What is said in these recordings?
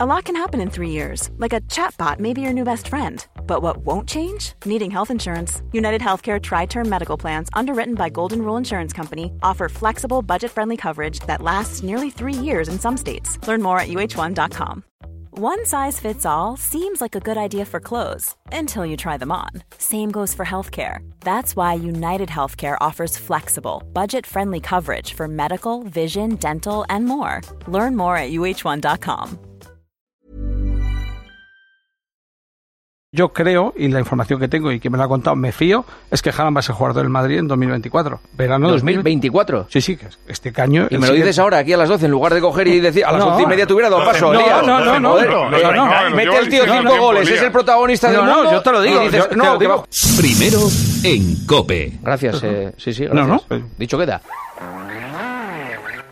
A lot can happen in three years, like a chatbot may be your new best friend. But what won't change? Needing health insurance. United Healthcare Tri Term Medical Plans, underwritten by Golden Rule Insurance Company, offer flexible, budget friendly coverage that lasts nearly three years in some states. Learn more at uh1.com. One size fits all seems like a good idea for clothes until you try them on. Same goes for healthcare. That's why United Healthcare offers flexible, budget friendly coverage for medical, vision, dental, and more. Learn more at uh1.com. Yo creo, y la información que tengo y que me la ha contado, me fío, es que Haaland va a ser jugador del Madrid en 2024. Verano 2020. 2024. Sí, sí, que este caño. Y el me lo dices siguiente- ahora, aquí a las 12, en lugar de coger y decir a las No. 11 y media tuviera dos No, pasos. no, Elías. no, no, no, Joder, no, no, no, no, Mete no, el tío no, cinco no, goles, no, es no, el protagonista del No, no, mundo. yo te lo digo, Y dices, yo te no, lo que digo. va- Primero en Cope. Gracias, eh, sí, sí, No, gracias. no. Dicho queda.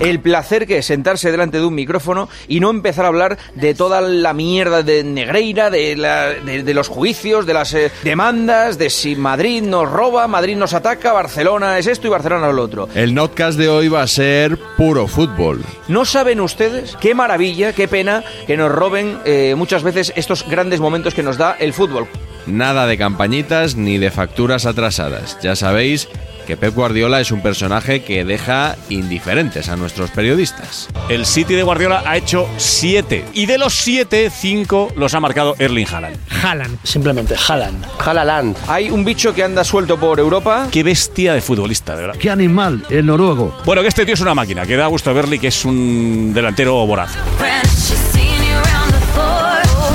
El placer que es sentarse delante de un micrófono y no empezar a hablar de toda la mierda de Negreira, de, la- de- de los juicios, de las eh, demandas, de si Madrid nos roba, Madrid nos ataca, Barcelona es esto y Barcelona es lo otro. El notcast de hoy va a ser puro fútbol. ¿No saben ustedes qué maravilla, qué pena que nos roben eh, muchas veces estos grandes momentos que nos da el fútbol? Nada de campañitas ni de facturas atrasadas. Ya sabéis que Pep Guardiola es un personaje que deja indiferentes a nuestros periodistas. El City de Guardiola ha hecho 7. Y de los 7, 5 los ha marcado Erling Haaland. Haaland. Simplemente jalan. Hay un bicho que anda suelto por Europa. Qué bestia de futbolista, de verdad. ¡Qué animal, el noruego! Bueno, que este tío es una máquina, que da gusto verle y que es un delantero voraz.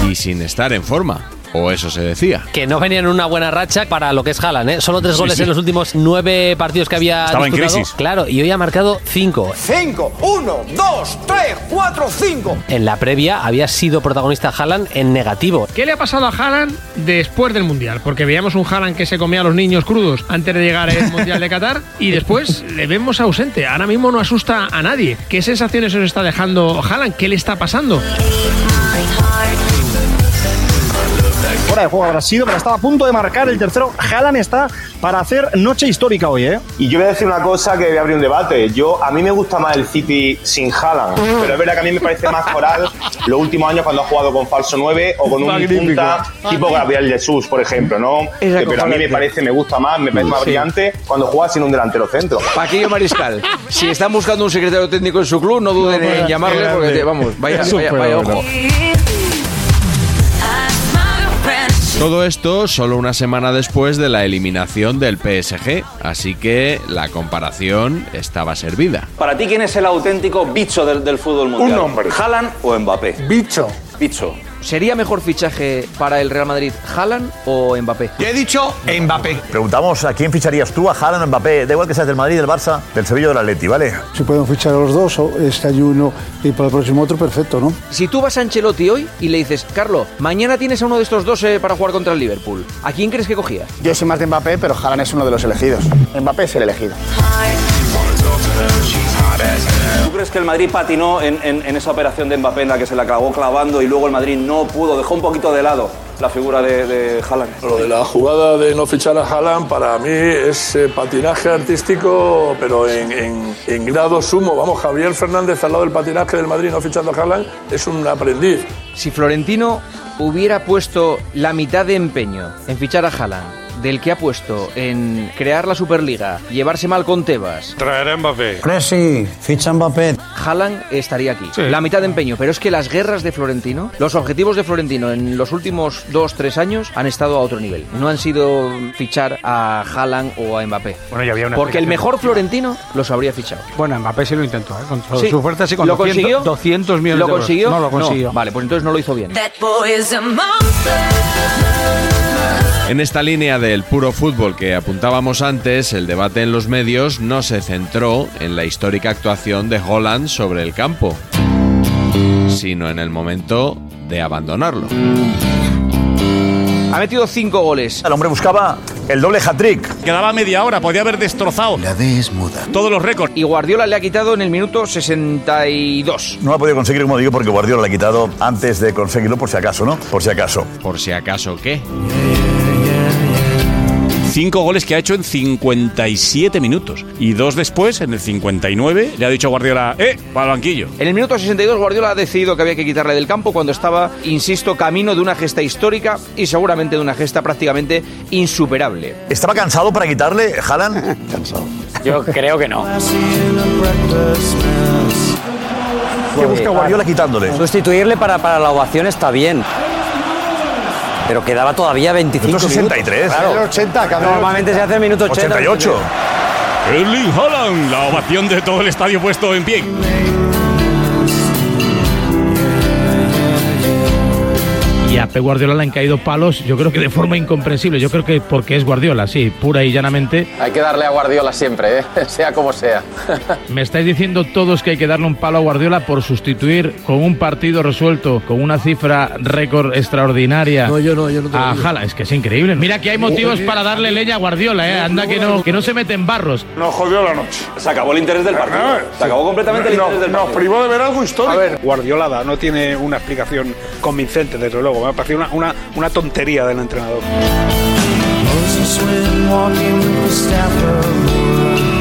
Y sin estar en forma. O eso se decía. Que no venía en una buena racha para lo que es Haaland, ¿eh? Solo tres Sí, goles sí. en los últimos nueve partidos que había Estaba en disputado. crisis. Claro, y hoy ha marcado cinco. 5, 1, 2, 3, 4, 5. En la previa había sido protagonista Haaland en negativo. ¿Qué le ha pasado a Haaland después del Mundial? Porque veíamos un Haaland que se comía a los niños crudos antes de llegar al Mundial de Qatar y después le vemos ausente. Ahora mismo no asusta a nadie. ¿Qué sensaciones os está dejando Haaland? ¿Qué le está pasando? Fuera de juego habrá sido, pero estaba a punto de marcar el tercero. Haaland está para hacer noche histórica hoy, ¿eh? Y yo voy a decir una cosa que voy a abrir un debate. Yo A mí me gusta más el City sin Haaland, pero es verdad que a mí me parece más coral los últimos años cuando ha jugado con falso 9 o con un punta tipo Gabriel Jesús, por ejemplo, ¿no? Que, pero a mí me parece, me gusta más, me parece más brillante cuando juega sin un delantero centro. Paquillo Mariscal, si están buscando un secretario técnico en su club, no pues, duden en llamarle porque, te- vamos, vaya, vaya, vaya ojo. Todo esto solo una semana después de la eliminación del PSG, así que la comparación estaba servida. Para ti, ¿quién es el auténtico bicho del, fútbol mundial? Un hombre. ¿Haaland o Mbappé? Bicho. Bicho. ¿Sería mejor fichaje para el Real Madrid Haaland o Mbappé? he dicho Mbappé. Preguntamos a quién ficharías tú, a Haaland o Mbappé. Da igual que seas del Madrid, del Barça, del Sevilla o del Atleti, ¿vale? Si pueden fichar a los dos, o este ayuno y para el próximo otro, perfecto, ¿no? Si tú vas a Ancelotti hoy y le dices, Carlo, mañana tienes a uno de estos dos eh, para jugar contra el Liverpool, ¿a quién crees que cogías? Yo soy más de Mbappé, pero Haaland es uno de los elegidos. Mbappé es el elegido. ¿Tú crees que el Madrid patinó en, esa operación de Mbappé en la que se la acabó clavando y luego el Madrid no pudo, dejó un poquito de lado la figura de, Haaland? Lo de la jugada de no fichar a Haaland para mí es eh, patinaje artístico, pero en, en- en grado sumo. Vamos, Javier Fernández al lado del patinaje del Madrid no fichando a Haaland es un aprendiz. Si Florentino hubiera puesto la mitad de empeño en fichar a Haaland del que ha puesto en crear la Superliga, llevarse mal con Tebas, Traer a Mbappé. Messi, ficha Mbappé. Haaland estaría aquí. Sí. La mitad de empeño, pero es que las guerras de Florentino, los objetivos de Florentino en los últimos dos, tres años han estado a otro nivel. No han sido fichar a Haaland o a Mbappé. Bueno, ya había una Porque el explicación. mejor Florentino los habría fichado. Bueno, Mbappé sí lo intentó, ¿eh? con Sí. su fuerza sí, con ¿Lo 200, consiguió? 200 millones ¿Lo de euros. consiguió? No lo consiguió. Vale, pues entonces no lo hizo bien. En esta línea del puro fútbol que apuntábamos antes, el debate en los medios no se centró en la histórica actuación de Holland sobre el campo, sino en el momento de abandonarlo. Ha metido cinco goles. El hombre buscaba el doble hat-trick. Quedaba media hora, podía haber destrozado La D es muda. todos los récords. Y Guardiola le ha quitado en el minuto 62. No la ha podido conseguir, como digo, porque Guardiola la ha quitado antes de conseguirlo, por si acaso, ¿no? Por si acaso. Por si acaso qué. Cinco goles que ha hecho en 57 minutos. Y dos después, en el 59, le ha dicho Guardiola, ¡eh! Para el banquillo. En el minuto 62 Guardiola ha decidido que había que quitarle del campo cuando estaba, insisto, camino de una gesta histórica y seguramente de una gesta prácticamente insuperable. ¿Estaba cansado para quitarle, Haaland? Yo creo que no. ¿Qué busca Guardiola quitándole? Sustituirle para, para la ovación está bien. Pero quedaba todavía 25 Minuto minutos. 63. Claro. Normalmente se hace el minuto 80. 88. Erling Haaland, la ovación de todo el estadio puesto en pie. Y a Pep Guardiola le han caído palos, yo creo que de forma incomprensible. Yo creo que porque es Guardiola, sí, pura y llanamente. Hay que darle a Guardiola siempre, ¿eh? sea como sea. Me estáis diciendo todos que hay que darle un palo a Guardiola por sustituir con un partido resuelto, con una cifra récord extraordinaria. No, yo no, yo no. A Haaland. es que es increíble. Mira que hay motivos para darle leña a Guardiola, ¿eh? Anda que no, que no se mete en barros. Nos jodió la noche. Se acabó el interés del Se acabó completamente el interés del Nos privó de ver algo histórico. A ver, Guardiolada no tiene una explicación convincente, desde luego. Me ha parecido una, una, una tontería del entrenador.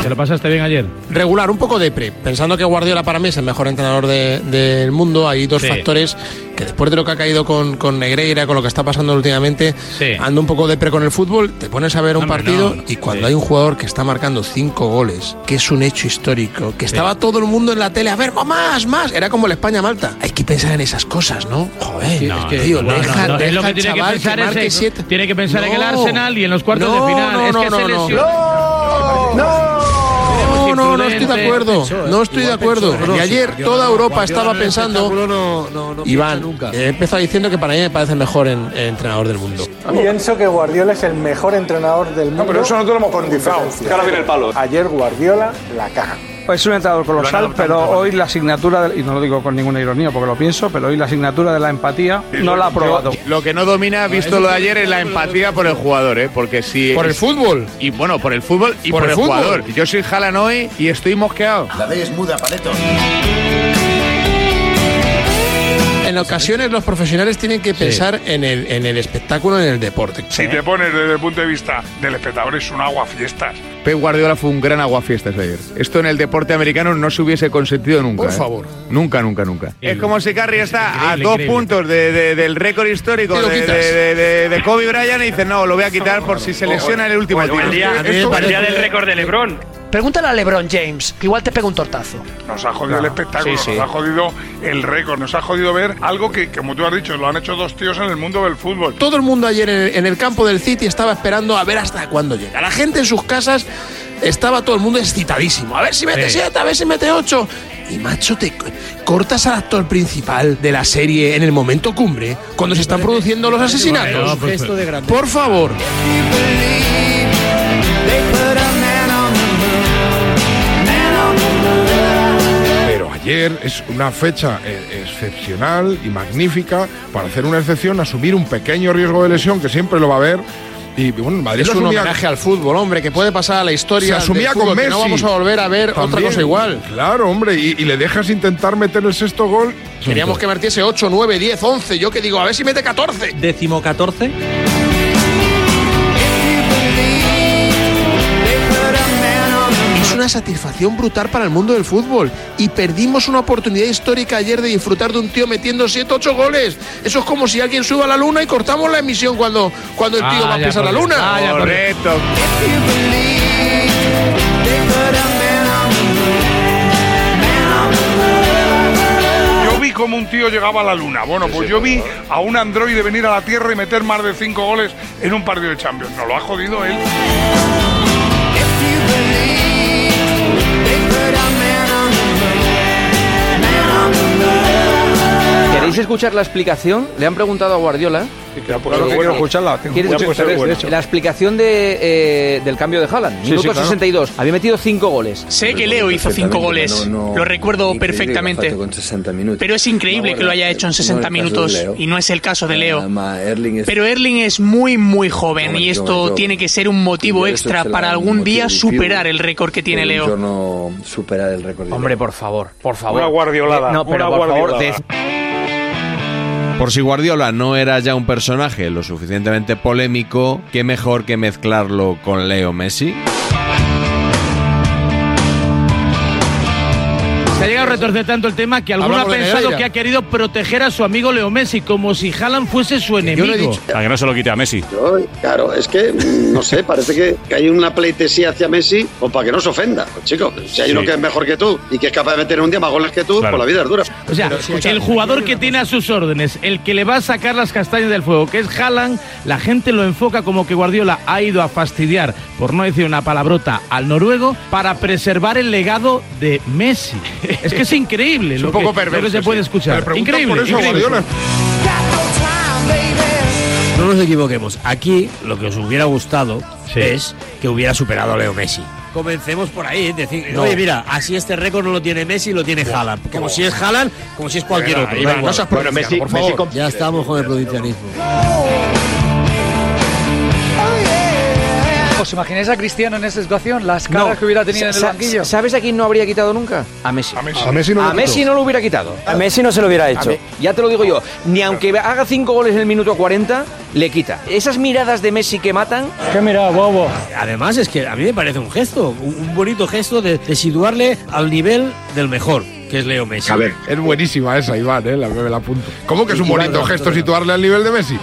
¿Te lo pasaste bien ayer? regular, un poco de pre. Pensando que Guardiola para mí es el mejor entrenador de- del mundo, hay dos Sí. factores que después de lo que ha caído con, con Negreira, con lo que está pasando últimamente, Sí. ando un poco de pre con el fútbol, te pones a ver un Hombre, partido no. y cuando Sí. hay un jugador que está marcando cinco goles, que es un hecho histórico, que estaba todo el mundo en la tele, a ver, más, más, era como la España-Malta. Hay que pensar en esas cosas, ¿no? Joder, No, tío, no, no, deja, no, es deja lo que tiene al que chaval pensar marque es- siete. tiene que pensar en el No. Arsenal y en los cuartos No, de final. no, es no, que se no, no. lesiona. No, no, no estoy de acuerdo. No estoy de acuerdo. Y ayer toda Europa estaba pensando. Iván, he empezado diciendo que para mí me parece el mejor en- entrenador del mundo. Pienso que Guardiola es el mejor entrenador del mundo. No, pero eso no te lo hemos condizado. Ahora viene el palo. Ayer Guardiola la caja. Es Pues un entrenador colosal, pero hoy la asignatura, del- y no lo digo con ninguna ironía porque lo pienso, pero hoy la asignatura de la empatía no la ha probado. Lo que no domina, visto lo de ayer, es la empatía por el jugador, ¿eh? Porque si. Por el fútbol. Y bueno, por el fútbol y Por por, el el, fútbol. jugador. Yo soy Jalan hoy y estoy mosqueado. La D es muda, paleto. En ocasiones los profesionales tienen que pensar en el, en el espectáculo, en el deporte. Si te pones desde el punto de vista del espectador, es un agua fiestas. Pep Guardiola fue un gran aguafiestas ayer. Esto en el deporte americano no se hubiese consentido nunca. ¿eh? Por favor. Nunca, nunca, nunca. Es como si Carrie está a Increíble, dos increíble. puntos de- de- del récord histórico Te lo de, quitas. de- de- de Kobe Bryant y dice, no, lo voy a quitar por si se lesiona en el último tiro. Esto- récord de Lebron. Pregúntale a LeBron James, que igual te pega un tortazo. Nos ha jodido el Ah, espectáculo, nos ha jodido el récord, nos ha jodido ver algo que, que, como tú has dicho, lo han hecho dos tíos en el mundo del fútbol. Todo el mundo ayer en el, en el campo del City estaba esperando a ver hasta cuándo llega. La gente en sus casas estaba todo el mundo excitadísimo. A ver si mete Sí. siete, a ver si mete ocho. Y macho, te co- cortas al actor principal de la serie en el momento cumbre, cuando se están produciendo los asesinatos. Por favor. Pero ayer es una fecha eh, excepcional y magnífica para hacer una excepción, asumir un pequeño riesgo de lesión que siempre lo va a haber. Y bueno, el Madrid Es lo un asumía- homenaje al fútbol, hombre, que puede pasar a la historia. se asumía del fútbol, con que Messi. No vamos a volver a ver otra También. cosa igual. Claro, hombre, y, y le dejas intentar meter el sexto gol. Queríamos que metiese 8, 9, 10, 11. Yo que digo, a ver si mete 14. Décimo 14. Es una una satisfacción brutal para el mundo del fútbol. Y perdimos una oportunidad histórica ayer de disfrutar de un tío metiendo 7, 8 goles. Eso es como si alguien suba a la luna y cortamos la emisión cuando, cuando el tío Ah, Ah, va a pisar la luna. Correcto. Yo vi cómo un tío llegaba a la luna. Bueno, pues yo vi a un androide venir a la Tierra y meter más de cinco goles en un partido de Champions. No lo ha jodido él. ¿Queréis escuchar la explicación? Le han preguntado a Guardiola. claro que quiero escucharla, tengo ¿Quieres mucho escuchar? interés, de hecho. La explicación de, eh, del cambio de Haaland. Sí, Minuto sí, claro. 62. Había metido 5 goles. Sé que Leo hizo cinco goles, lo recuerdo perfectamente, pero es increíble que lo haya hecho en 60 minutos y no es el caso de Leo. Pero Erling es muy muy joven y esto tiene que ser un motivo extra para algún día superar el récord que tiene Leo. no superar el récord. Hombre, por favor, por favor. Una guardiolada, Eh, No, pero una por favor, guardiolada. de- Por si Guardiola no era ya un personaje lo suficientemente polémico, qué mejor que mezclarlo con Leo Messi. Se ha llegado a retorcer tanto el tema que alguno Habla ha con pensado Negreira. que ha querido proteger a su amigo Leo Messi, como si Haaland fuese su enemigo. Para que no se lo quite a Messi. Yo, claro, es que, mm, no sé, parece que, que hay una pleitesía hacia Messi o para que no se ofenda. Pues, chico, si hay Sí. uno que es mejor que tú y que es capaz de meter un día más goles que tú, Claro. pues la vida es dura. O sea, el jugador que tiene a sus órdenes, el que le va a sacar las castañas del fuego, que es Haaland, la gente lo enfoca como que Guardiola ha ido a fastidiar, por no decir una palabrota, al noruego para preservar el legado de Messi. Es que es increíble Es lo, un poco que, lo que perverso, se puede sí. escuchar. Le preguntan Increíble. por eso a increíble. Guardiola. No nos equivoquemos. Aquí lo que os hubiera gustado es que hubiera superado a Leo Messi. Comencemos por ahí, decir, No. oye, mira, así este récord no lo tiene Messi, lo tiene Haaland. Como si es Haaland, como si es cualquier Venga, otro. Iván, da igual. no seas Bueno, provinciano, Messi- por Messi favor. con- ya estamos con el provincianismo. ¿Os imagináis a Cristiano en esa situación? Las caras que hubiera tenido en el Sa- banquillo. ¿Sabes a quién no habría quitado nunca? A Messi. A Messi. A Messi no lo quitó. Messi no lo hubiera quitado. A Messi no se lo hubiera hecho. A Me- Ya te lo digo yo. Ni aunque haga cinco goles en el minuto 40, le quita. Esas miradas de Messi que matan. ¿Qué mira, bobo? Además, es que a mí me parece un gesto, un un bonito gesto de, de situarle al nivel del mejor, que es Leo Messi. A ver, es buenísima esa, Iván, ¿eh? la, me la apunto. ¿Cómo que es un Iván, bonito no, gesto no, no. situarle al nivel de Messi?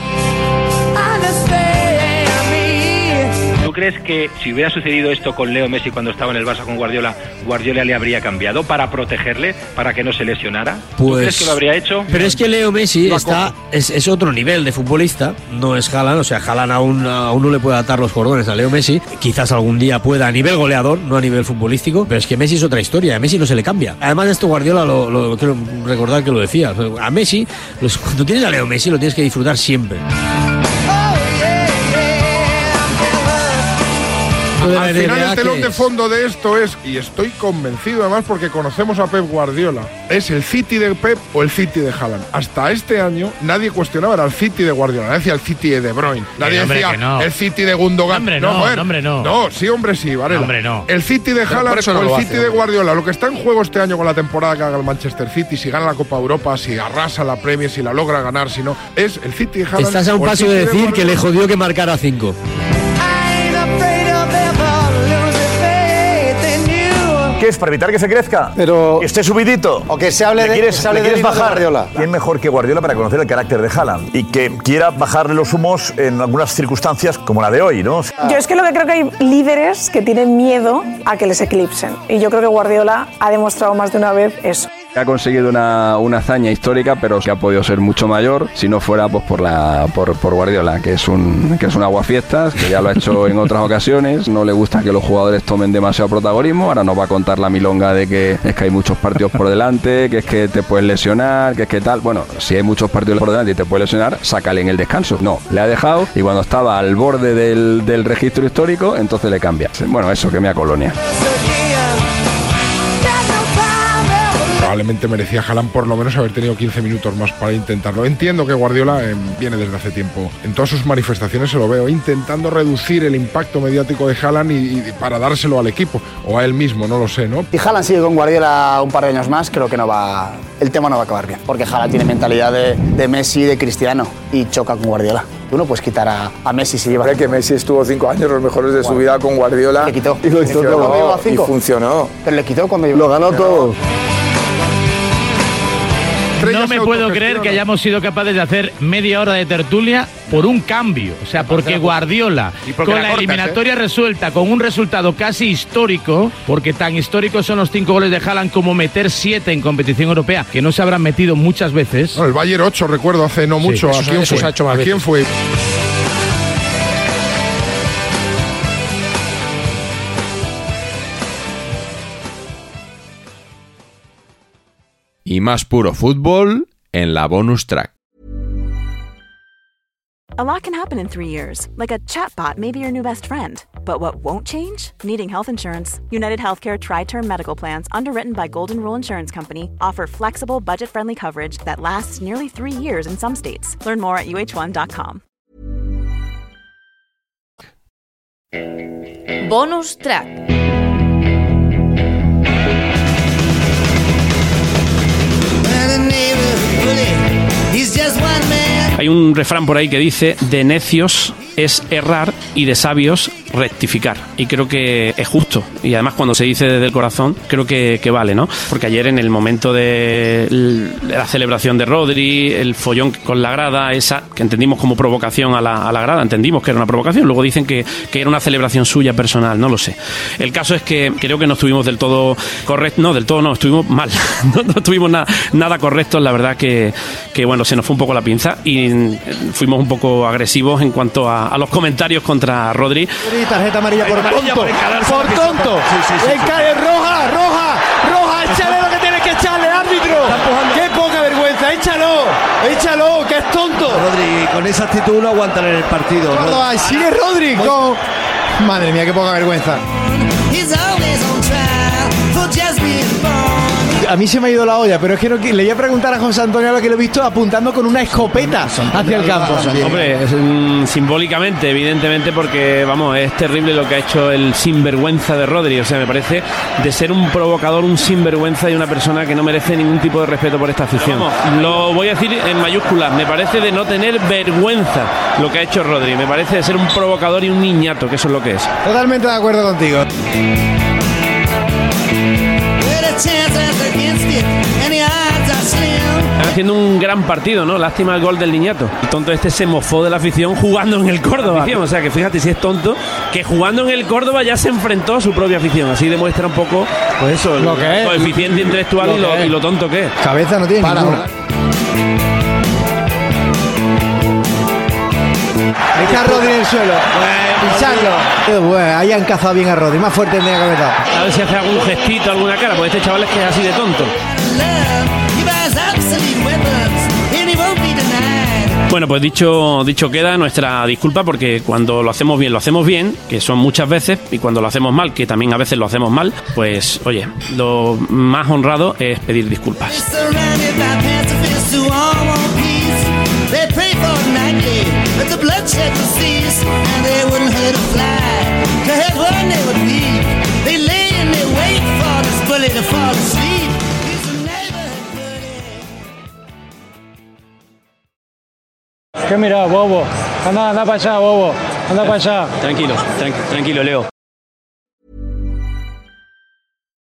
¿Tú crees que si hubiera sucedido esto con Leo Messi cuando estaba en el Barça con Guardiola, Guardiola le habría cambiado para protegerle, para que no se lesionara? ¿Tú Pues- crees que lo habría hecho? Pero es que Leo Messi está, es, es otro nivel de futbolista, no es Haaland, o sea, Haaland aún, aún no le puede atar los cordones a Leo Messi, quizás algún día pueda a nivel goleador, no a nivel futbolístico, pero es que Messi es otra historia, a Messi no se le cambia. Además esto Guardiola lo, lo- quiero recordar que lo decía, a Messi, los- cuando tienes a Leo Messi lo tienes que disfrutar siempre. Al final de este verdad el telón que- de fondo de esto es, y estoy convencido además porque conocemos a Pep Guardiola, es el City de Pep o el City de Haaland. Hasta este año nadie cuestionaba era el City de Guardiola, nadie decía el City de De Bruyne, nadie no, Eh, hombre, decía que no. el City de Gundogan. Hombre, no, joder. hombre, no. No, sí, hombre, sí, Varela. Hombre, no. El City de Pero por Haaland eso o no el lo City hace, de hombre. Guardiola, lo que está en juego este año con la temporada que haga el Manchester City, si gana la Copa Europa, si arrasa la Premier, si la logra ganar, si no, es el City de Haaland. Pues Estás a un o el paso City de decir que le Guardiola. jodió que marcara cinco. ¿Qué es? ¿Para evitar que se crezca? Pero... Que esté subidito. O que se hable de- quieres, que se hable le del hilo quieres de bajar? Guardiola. ¿Quién mejor que Guardiola para conocer el carácter de Haaland? Y que quiera bajarle los humos en algunas circunstancias como la de hoy, ¿no? Yo es que lo que creo que hay líderes que tienen miedo a que les eclipsen. Y yo creo que Guardiola ha demostrado más de una vez eso. Ha conseguido una, una hazaña histórica, pero que ha podido ser mucho mayor si no fuera pues, por, la, por, por Guardiola, que es, un, que es un aguafiestas, que ya lo ha hecho en otras ocasiones. No le gusta que los jugadores tomen demasiado protagonismo. Ahora nos va a contar la milonga de que es que hay muchos partidos por delante, que es que te puedes lesionar, que es que tal. Bueno, si hay muchos partidos por delante y te puedes lesionar, sácale en el descanso. No, le ha dejado y cuando estaba al borde del, del registro histórico, entonces le cambia. Bueno, eso, que me a Colonia. A probablemente merecía Haaland por lo menos haber tenido 15 minutos más para intentarlo. Entiendo que Guardiola eh, viene desde hace tiempo. En todas sus manifestaciones se lo veo intentando reducir el impacto mediático de Haaland y, y para dárselo al equipo o a él mismo, no lo sé, ¿no? Si Haaland sigue con Guardiola un par de años más, creo que no va, el tema no va a acabar bien. Porque Haaland tiene mentalidad de, de Messi y de Cristiano y choca con Guardiola. Tú no puedes quitar a, a Messi si lleva. que Messi estuvo cinco años los mejores de su vida con Guardiola. Y lo hizo Funcionó, todo. llevaba Y cinco. funcionó. Pero le quitó cuando Lo ganó todo. No me puedo creer que hayamos sido capaces de hacer media hora de tertulia por un cambio. O sea, porque Guardiola, Y porque con la la cortas, eliminatoria ¿eh? resuelta, con un resultado casi histórico, porque tan históricos son los cinco goles de Haaland como meter siete en competición europea, que no se habrán metido muchas veces. el Bayern 8, recuerdo, hace no mucho. ¿A quién fue? ¿A quién fue? Y más puro fútbol en la bonus track. A lot can happen in three years, like a chatbot may be your new best friend. But what won't change? Needing health insurance. United Healthcare Tri Term Medical Plans, underwritten by Golden Rule Insurance Company, offer flexible, budget friendly coverage that lasts nearly three years in some states. Learn more at uh1.com. Bonus track. Hay un refrán por ahí que dice, de necios es errar y de sabios rectificar. Y creo que es justo. Y además cuando se dice desde el corazón, creo que, que vale, ¿no? Porque ayer en el momento de l- la celebración de Rodri, el follón con la grada, esa que entendimos como provocación a la, a la grada, entendimos que era una provocación. Luego dicen que, que era una celebración suya personal, no lo sé. El caso es que creo que no estuvimos del todo correctos, no, del todo no, estuvimos mal. no, no estuvimos na- nada correctos, la verdad que, que, bueno, se nos fue un poco la pinza y eh, fuimos un poco agresivos en cuanto a, a los comentarios contra Rodri. Y tarjeta amarilla por Amarilla tonto. por encarar Por piso. tonto. Sí, sí, sí, En sí. calle roja, roja, roja. Échale lo que tienes que echarle, árbitro. Qué poca vergüenza. Échalo, échalo, que es tonto. Rodri, con esa actitud no aguantan en el partido. ¿no? Córdoba, y sigue Rodri con- Madre mía, qué poca vergüenza. A mí se me ha ido la olla, pero es que no qui- le voy a preguntar a José Antonio lo que lo he visto apuntando con una escopeta hacia el campo. Hombre, es, mm, simbólicamente, evidentemente, porque vamos, es terrible lo que ha hecho el sinvergüenza de Rodri. O sea, me parece de ser un provocador, un sinvergüenza y una persona que no merece ningún tipo de respeto por esta afición. lo voy a decir en mayúsculas, me parece de no tener vergüenza lo que ha hecho Rodri. Me parece de ser un provocador y un niñato, que eso es lo que es. Totalmente de acuerdo contigo. Están haciendo un gran partido, ¿no? Lástima el gol del niñato. El tonto este se mofó de la afición jugando en el Córdoba. Afición, O sea, que fíjate si es tonto, que jugando en el Córdoba ya se enfrentó a su propia afición. Así demuestra un poco, pues eso, Lo el que es. coeficiente intelectual Lo que y, lo, es. y lo tonto que es. Cabeza no tiene ninguna. Ahí está Rodri en el suelo. Pincharlo. Qué bueno, ahí han cazado bien a Rodri. Más fuerte tenía que haber dado. A ver si hace algún gestito, alguna cara, porque este chaval es que es así de tonto. Bueno, pues dicho, dicho queda nuestra disculpa porque cuando lo hacemos bien, lo hacemos bien, que son muchas veces, y cuando lo hacemos mal, que también a veces lo hacemos mal, pues oye, lo más honrado es pedir disculpas. ¿Qué mira, bobo? Anda, anda para allá, bobo. Anda Eh, para allá. Tranquilo, tran- tranquilo, Leo.